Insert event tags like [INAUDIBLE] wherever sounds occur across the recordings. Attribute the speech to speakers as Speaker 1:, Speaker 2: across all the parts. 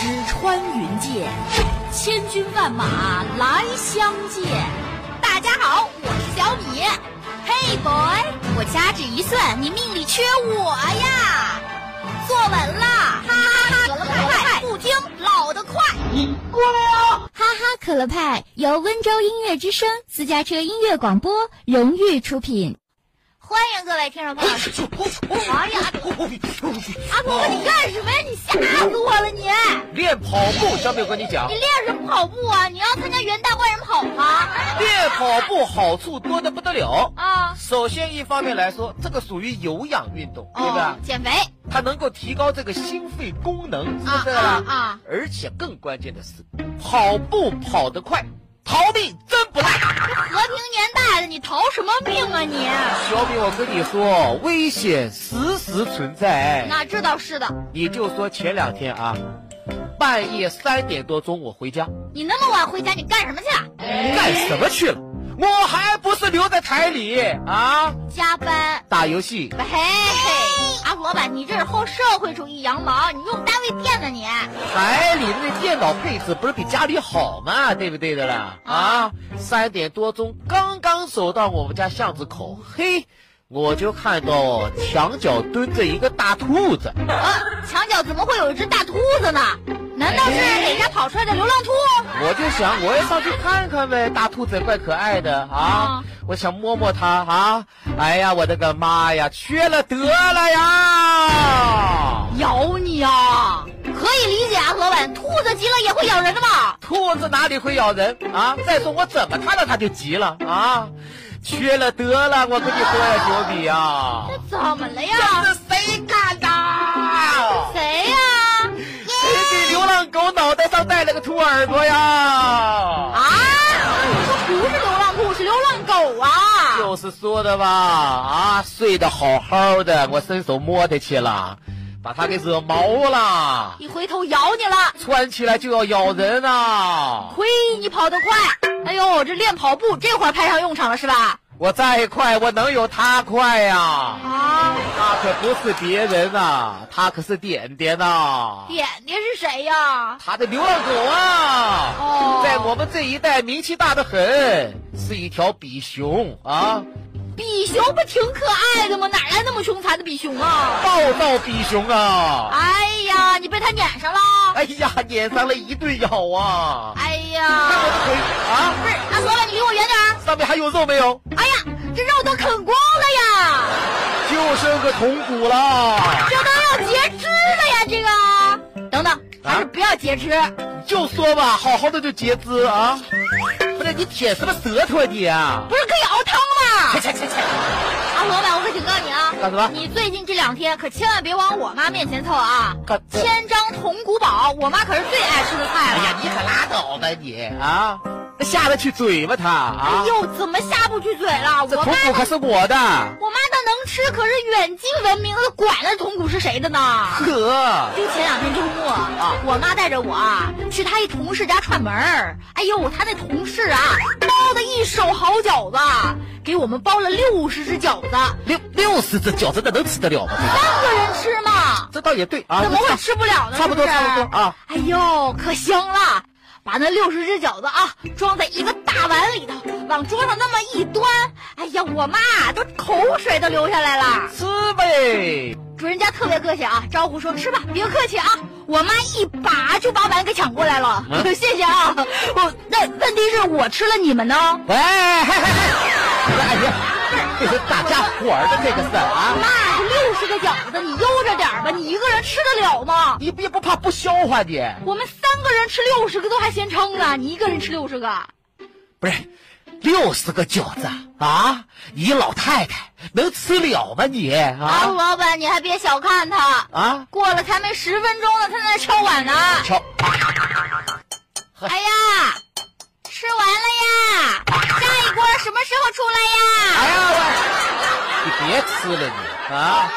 Speaker 1: 师穿云界，千军万马来相见。
Speaker 2: 大家好，我是小米。
Speaker 3: Hey boy，
Speaker 2: 我掐指一算，你命里缺我呀！坐稳了，哈哈，可乐派不听老的快。
Speaker 4: 你过来啊！
Speaker 5: 哈哈，可乐派由温州音乐之声私家车音乐广播荣誉出品。
Speaker 2: 欢迎各位听众朋友！哎呀，阿婆，你干什么呀？你吓死我了！你
Speaker 4: 练跑步，小美我跟你讲
Speaker 2: 你，练什么跑步啊？你要参加元旦万人跑吗？
Speaker 4: [LAUGHS] 练跑步好处多得不得了。
Speaker 2: 啊，
Speaker 4: 首先，一方面来说，这个属于有氧运动，对吧？
Speaker 2: 哦减肥
Speaker 4: 它能够提高这个心肺功能，是不
Speaker 2: 啊
Speaker 4: 是？
Speaker 2: 啊啊！
Speaker 4: 而且更关键的是，跑步跑得快，逃命真不赖。
Speaker 2: 和平年代的，你逃什么命啊你？
Speaker 4: 小米，我跟你说，危险时时存在。
Speaker 2: 哪知道是的，
Speaker 4: 你就说前两天啊，半夜三点多钟我回家，
Speaker 2: 你那么晚回家，你干什么去？啊
Speaker 4: 干什么去了？我还不是留在台里啊，
Speaker 2: 加班。
Speaker 4: 打游戏。
Speaker 2: 嘿，阿婆老板，你这是后社会主义羊毛，你用单位电呢你？
Speaker 4: 台里那电脑配置不是比家里好吗？对不对的啦？啊，三点多钟刚刚走到我们家巷子口，嘿，我就看到墙角蹲着一个大兔子。
Speaker 2: 啊，墙角怎么会有一只大兔子呢？难道是哪家跑出来的流浪兔？
Speaker 4: 我就想，我也上去看看呗，大兔子也怪可爱的啊
Speaker 2: 啊！
Speaker 4: 我想摸摸它啊！哎呀，我的个妈呀，缺了得了呀！
Speaker 2: 咬你啊！可以理解啊，老板，兔子急了也会咬人的嘛。
Speaker 4: 兔子哪里会咬人啊？再说我怎么看到它就急了啊？缺了得了，我跟你说呀，小米啊，
Speaker 2: 怎么了
Speaker 4: 这
Speaker 2: 呀？
Speaker 4: 是谁干的？
Speaker 2: 谁呀、
Speaker 4: 谁给流浪狗脑袋上戴了个兔耳朵呀？
Speaker 2: 啊？你说不是流浪兔，是流浪狗啊！
Speaker 4: 就是说的吧，啊，睡得好好的，我伸手摸它去了，把它给惹毛了，
Speaker 2: 一回头咬你了。
Speaker 4: 窜起来就要咬人啊！
Speaker 2: 亏你跑得快！哎呦，这练跑步这会儿派上用场了是吧？
Speaker 4: 我再快，我能有它快呀、
Speaker 2: 啊，
Speaker 4: 他可不是别人呐、他可是点点呐、
Speaker 2: 点点是谁呀？
Speaker 4: 他的流浪狗啊，
Speaker 2: 哦，
Speaker 4: 在我们这一带名气大得很，是一条比熊啊，
Speaker 2: 比熊不挺可爱的吗？哪来那么凶残的比熊啊？
Speaker 4: 暴躁比熊啊，
Speaker 2: 哎呀，你被它撵上了！
Speaker 4: 哎呀，撵上了一顿咬啊，
Speaker 2: 哎
Speaker 4: 看我
Speaker 2: 呀，
Speaker 4: 的腿啊，
Speaker 2: 不是，那老板你离我远点儿！
Speaker 4: 上面还有肉没有？
Speaker 2: 哎呀，这肉都啃光了呀，
Speaker 4: 就剩个铜骨了，
Speaker 2: 这都要截肢了呀！这个，等等，还是
Speaker 4: 啊
Speaker 2: 不要截肢。
Speaker 4: 就说吧，好好的就截肢啊，不是你舔什么舌头啊你啊？
Speaker 2: 不是可以熬汤吗？
Speaker 4: 切切切！
Speaker 2: 啊，老板，我可警告你啊！
Speaker 4: 干什么
Speaker 2: 你最近这两天可千万别往我妈面前凑啊！
Speaker 4: 干
Speaker 2: 千张铜骨煲，我妈可是最爱吃的菜
Speaker 4: 哎
Speaker 2: 了。
Speaker 4: 呀，你可拉倒吧你啊！那下得去嘴吗他啊
Speaker 2: 哎？呦，怎么下不去嘴了？
Speaker 4: 这
Speaker 2: 我
Speaker 4: 铜
Speaker 2: 妈
Speaker 4: 鼓可是我的，
Speaker 2: 我妈那能吃，可是远近闻名，她管那铜骨是谁的呢？
Speaker 4: 可
Speaker 2: 就前两天周末啊，我妈带着我啊去她一同事家串门儿。哎呦，她那同事啊，包的一手好饺子，给我们包了六十只饺子，
Speaker 4: 六六十只饺子那能吃得了吗？
Speaker 2: 三个人吃嘛。
Speaker 4: 这倒也对啊，
Speaker 2: 怎么会吃不了呢？
Speaker 4: 差不多
Speaker 2: 是是
Speaker 4: 差不多啊！
Speaker 2: 哎呦，可香了！把那六十只饺子啊，装在一个大碗里头，往桌上那么一端，哎呀，我妈都口水都流下来了。
Speaker 4: 吃呗。
Speaker 2: 主人家特别客气啊，招呼说吃吧，别客气啊。我妈一把就把碗给抢过来了，
Speaker 4: 嗯
Speaker 2: 谢谢啊。我那问题是我吃了你们呢，
Speaker 4: 喂，嘿嘿嘿，哎呀，这是大家伙儿的这个事儿啊，
Speaker 2: 妈，六十个饺子你悠着点儿吧，你一个人吃得了吗？
Speaker 4: 你别不怕不消化你？
Speaker 2: 我们三个人吃六十个都还嫌撑呢，你一个人吃六十个。
Speaker 4: 不是，六十个饺子啊，你老太太能吃了吗你
Speaker 2: 啊，
Speaker 4: 啊
Speaker 2: 老板，你还别小看他，
Speaker 4: 啊？
Speaker 2: 过了才没十分钟呢，他在那敲碗呢。
Speaker 4: 瞧，
Speaker 2: 哎呀，吃完了呀，下一锅什么时候出来呀？
Speaker 4: 哎呀喂，你别吃了你啊！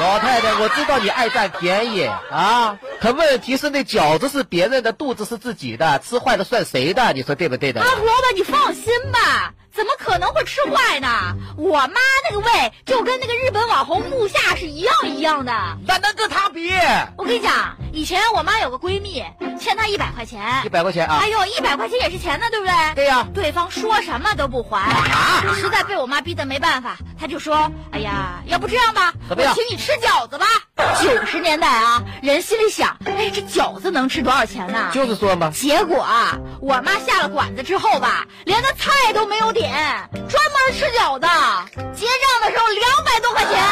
Speaker 4: 老太太，我知道你爱占便宜啊，可问题是那饺子是别人的，肚子是自己的，吃坏了算谁的？你说对不对的？
Speaker 2: 啊，老板，你放心吧，怎么可能会吃坏呢？我妈那个胃就跟那个日本网红木下是一样一样的。
Speaker 4: 哪能跟他比？
Speaker 2: 我跟你讲，以前我妈有个闺蜜，欠她一百块钱，
Speaker 4: 一百块钱啊
Speaker 2: 哎？呦，一百块钱也是钱呢，对不对？
Speaker 4: 对啊呀、
Speaker 2: 对方说什么都不还，实在被我妈逼得没办法，她就说：“哎呀，要不这样吧，
Speaker 4: 怎么样
Speaker 2: 我请你吃饺子吧。”九十年代啊，人心里想：“哎，这饺子能值多少钱呢、
Speaker 4: 就是说嘛，
Speaker 2: 结果啊，我妈下了馆子之后吧，连个菜都没有点，专门吃饺子。结账的时候两百多块钱，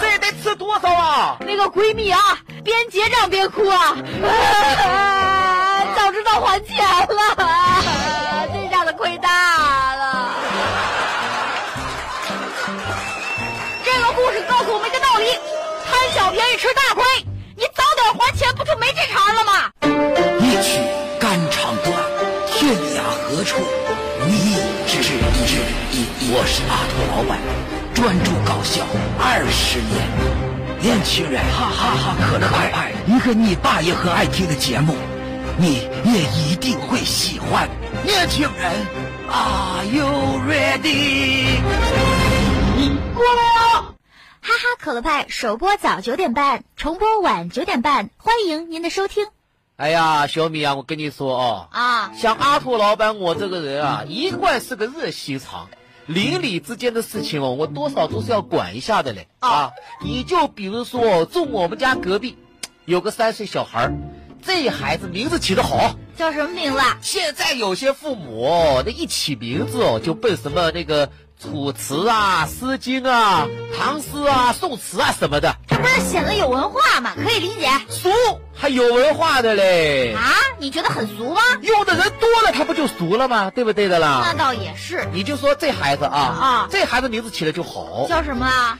Speaker 4: 这得吃多少啊？
Speaker 2: 那个闺蜜啊，边结账边哭啊， [LAUGHS] 啊早知道还钱了， [LAUGHS] 啊这下子亏大了。这个故事告诉我们一个道理：贪小便宜吃大亏，你早点还钱不就没这茬了吗？
Speaker 6: 一曲肝肠断，天涯何处无觅知己？我是阿土老板，专注搞笑二十年，年轻人哈哈哈可乐派，一个你大爷和爱听的节目，你也一定会喜欢。年轻人，Are you ready？
Speaker 5: 哈哈可乐派首播早九点半，重播晚九点半，欢迎您的收听。
Speaker 4: 哎呀，小米啊，我跟你说哦，
Speaker 2: 啊，
Speaker 4: 像阿拓老板我这个人啊，一贯是个热心肠，邻里之间的事情哦，我多少都是要管一下的嘞。啊，你就比如说，哦住我们家隔壁，有个三岁小孩儿，这孩子名字起得好。
Speaker 2: 叫什么名字？啊
Speaker 4: 现在有些父母哦，那一起名字哦，就奔什么那个楚辞啊、诗经啊、唐诗啊、宋词啊什么的，
Speaker 2: 这不是显得有文化吗？可以理解啊？
Speaker 4: 俗还有文化的嘞。
Speaker 2: 你觉得很俗吗？
Speaker 4: 用的人多了，他不就俗了吗？对不对的
Speaker 2: 那
Speaker 4: 啦？
Speaker 2: 倒也是。
Speaker 4: 你就说这孩子啊，
Speaker 2: 啊
Speaker 4: 这孩子名字起的就好。
Speaker 2: 叫什么啊？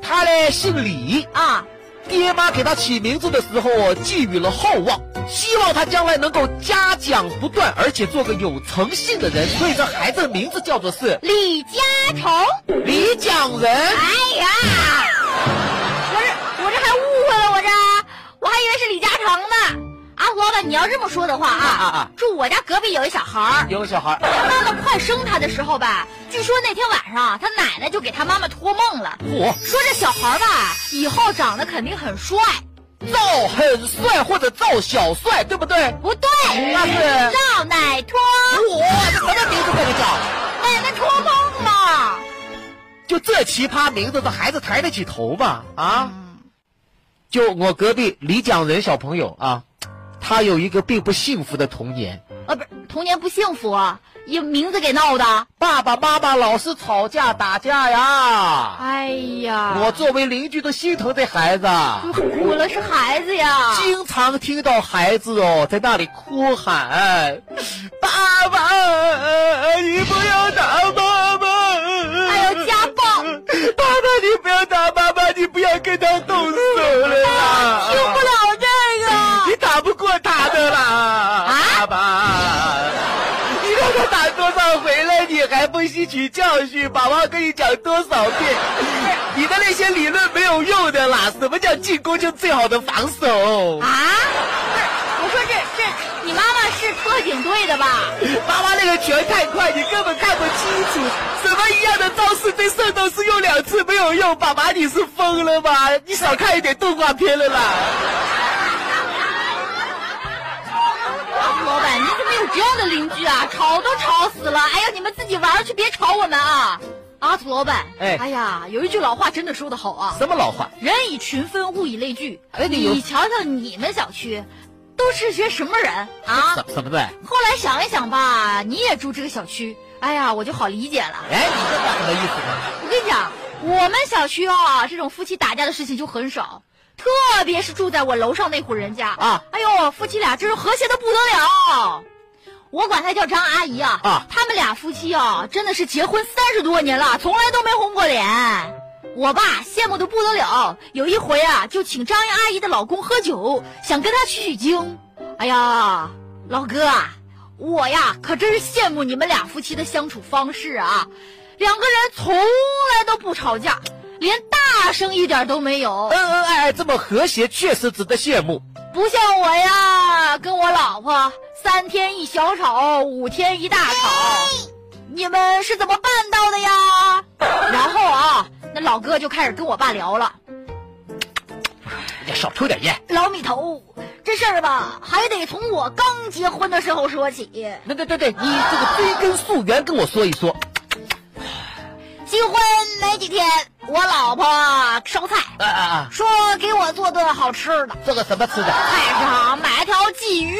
Speaker 4: 他嘞姓李，
Speaker 2: 啊，
Speaker 4: 爹妈给他起名字的时候哦寄予了厚望，希望他将来能够嘉奖不断，而且做个有诚信的人。所以这孩子的名字叫做是
Speaker 2: 李嘉诚。
Speaker 4: 李讲人。
Speaker 2: 哎呀，我这我这还误会了，我这我还以为是李嘉诚呢。啊，老板，你要这么说的话啊，
Speaker 4: 啊啊
Speaker 2: 住我家隔壁有一小孩儿，
Speaker 4: 有个小孩儿，
Speaker 2: 他妈妈快生他的时候吧，据说那天晚上啊他奶奶就给他妈妈托梦了，
Speaker 4: 嚯，
Speaker 2: 说这小孩儿吧以后长得肯定很帅。
Speaker 4: 赵很帅或者赵小帅，对不对？
Speaker 2: 不对，
Speaker 4: 那是
Speaker 2: 赵乃托。
Speaker 4: 我这什么名字这么叫？
Speaker 2: 奶奶托梦嘛。
Speaker 4: 就这奇葩名字，这孩子抬得起头吗？啊？
Speaker 2: 嗯
Speaker 4: 就我隔壁李讲仁小朋友啊，他有一个并不幸福的童年，
Speaker 2: 呃，不是童年不幸福，也名字给闹的。
Speaker 4: 爸爸妈妈老是吵架打架呀。
Speaker 2: 哎呀
Speaker 4: 我作为邻居都心疼这孩子，
Speaker 2: 苦了是孩子呀。
Speaker 4: 经常听到孩子哦在那里哭喊：“爸爸，你不要打妈妈！”
Speaker 2: 还有哎家暴，
Speaker 4: 爸爸，你不要打妈妈，你不要跟他动手了啦！
Speaker 2: 听哎不了这个。
Speaker 4: 你打不过他的啦，爸爸。你让他打多少回了，你还不吸取教训？爸爸跟你讲多少遍，你的那些理论没有用的啦！什么叫进攻就最好的防守？
Speaker 2: 啊？不是，我说这这，你妈妈是特警队的吧？
Speaker 4: 爸爸那个拳太快，你根本看不清楚。什么一样的招式对圣斗士用两次没有用？爸爸你是疯了吗？你少看一点动画片了啦！
Speaker 2: 老板，你怎么有这样的邻居啊？吵都吵死了！哎呀，你们自己玩儿去，别吵我们啊！阿土老板，
Speaker 4: 哎
Speaker 2: 哎呀，有一句老话真的说得好啊，
Speaker 4: 什么老话？
Speaker 2: 人以群分，物以类聚。
Speaker 4: 哎你有
Speaker 2: 你瞧瞧你们小区，都是些什么人啊？
Speaker 4: 怎怎么哎的？
Speaker 2: 后来想一想吧，你也住这个小区，哎呀，我就好理解了。
Speaker 4: 哎，你这话什么意思呢？
Speaker 2: 我跟你讲，我们小区啊，这种夫妻打架的事情就很少，特别是住在我楼上那户人家
Speaker 4: 啊，
Speaker 2: 哎呦，夫妻俩真是和谐的不得了。我管她叫张阿姨啊，
Speaker 4: 啊
Speaker 2: 他们俩夫妻啊，真的是结婚三十多年了，从来都没红过脸。我爸羡慕的不得了，有一回啊，就请张阿姨的老公喝酒，想跟他取取经。哎呀，老哥啊，我呀可真是羡慕你们俩夫妻的相处方式啊，两个人从来都不吵架，连大声一点都没有。
Speaker 4: 恩恩爱爱这么和谐，确实值得羡慕。
Speaker 2: 不像我呀，跟我老婆三天一小吵，五天一大吵。你们是怎么办到的呀？ [LAUGHS] 然后啊，那老哥就开始跟我爸聊了。
Speaker 4: 你少抽点烟。
Speaker 2: 老米头，这事儿吧，还得从我刚结婚的时候说起。
Speaker 4: 对对对对，你这个追根溯源跟我说一说。
Speaker 2: 结婚没几天，我老婆烧菜，
Speaker 4: 啊啊啊！
Speaker 2: 说给我做顿好吃的。
Speaker 4: 这个什么吃的？
Speaker 2: 菜市场买条鲫鱼，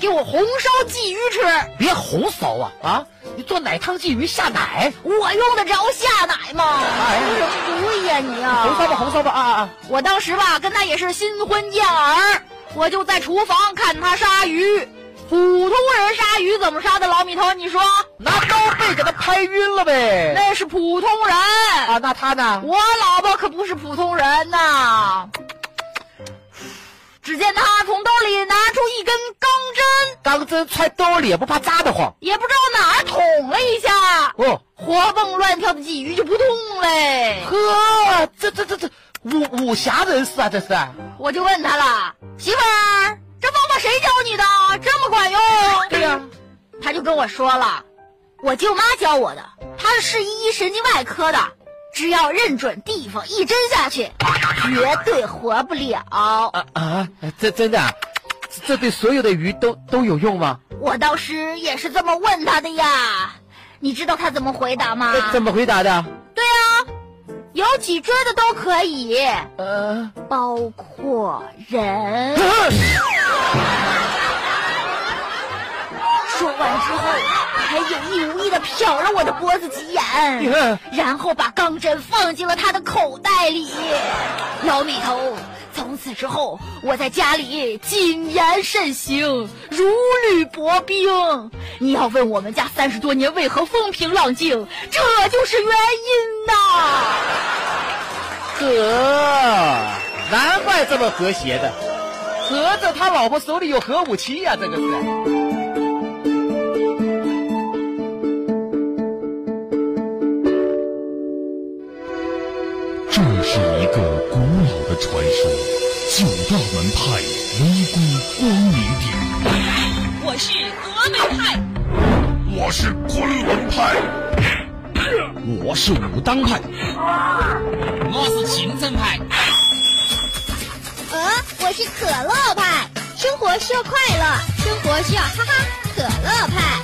Speaker 2: 给我红烧鲫鱼吃。
Speaker 4: 别红烧啊啊！你做奶汤鲫鱼下奶？
Speaker 2: 我用得着下奶吗？
Speaker 4: 哎
Speaker 2: 你什么主意呀你呀、
Speaker 4: 红烧吧，红烧吧啊啊啊！
Speaker 2: 我当时吧，跟他也是新婚燕尔，我就在厨房看他杀鱼。普通人杀鱼怎么杀的？老米头，你说
Speaker 4: 拿刀背给他拍晕了呗。
Speaker 2: 那是普通人
Speaker 4: 啊，那他呢？
Speaker 2: 我老婆可不是普通人呐！只见她从兜里拿出一根钢针，
Speaker 4: 钢针揣兜里也不怕扎得慌。
Speaker 2: 也不知道哪儿捅了一下，
Speaker 4: 哦，
Speaker 2: 活蹦乱跳的鲫鱼就不动嘞。
Speaker 4: 呵，这这这这武武侠人士啊，这是。
Speaker 2: 我就问她了，媳妇儿，这方法谁教你的？这么管用？
Speaker 4: 对呀、
Speaker 2: 她就跟我说了，我舅妈教我的，她是市医神经外科的，只要认准地方，一针下去，绝对活不了。
Speaker 4: 啊啊，这真的啊、这这对所有的鱼都都有用吗？
Speaker 2: 我当时也是这么问他的呀，你知道他怎么回答吗？
Speaker 4: 哎那怎么回答的？
Speaker 2: 对啊，有脊椎的都可以，
Speaker 4: 呃，
Speaker 2: 包括人。
Speaker 4: [LAUGHS]
Speaker 2: 说完之后，还有意无意的瞟了我的脖子几
Speaker 4: 你
Speaker 2: 眼，
Speaker 4: 看，
Speaker 2: 然后把钢针放进了他的口袋里。老米头，从此之后，我在家里谨言慎行，如履薄冰。你要问我们家三十多年为何风平浪静，这就是原因呐。
Speaker 4: 呵，难怪这么和谐的，合着他老婆手里有核武器呀、这个是。
Speaker 7: 这是一个古老的传说，九大门派独孤光明顶。
Speaker 3: 我是峨眉派，
Speaker 7: 我是昆仑派，我是武当派，
Speaker 6: 我是秦正派，
Speaker 5: 呃，我是可乐派，生活需要快乐，生活需要哈哈可乐派。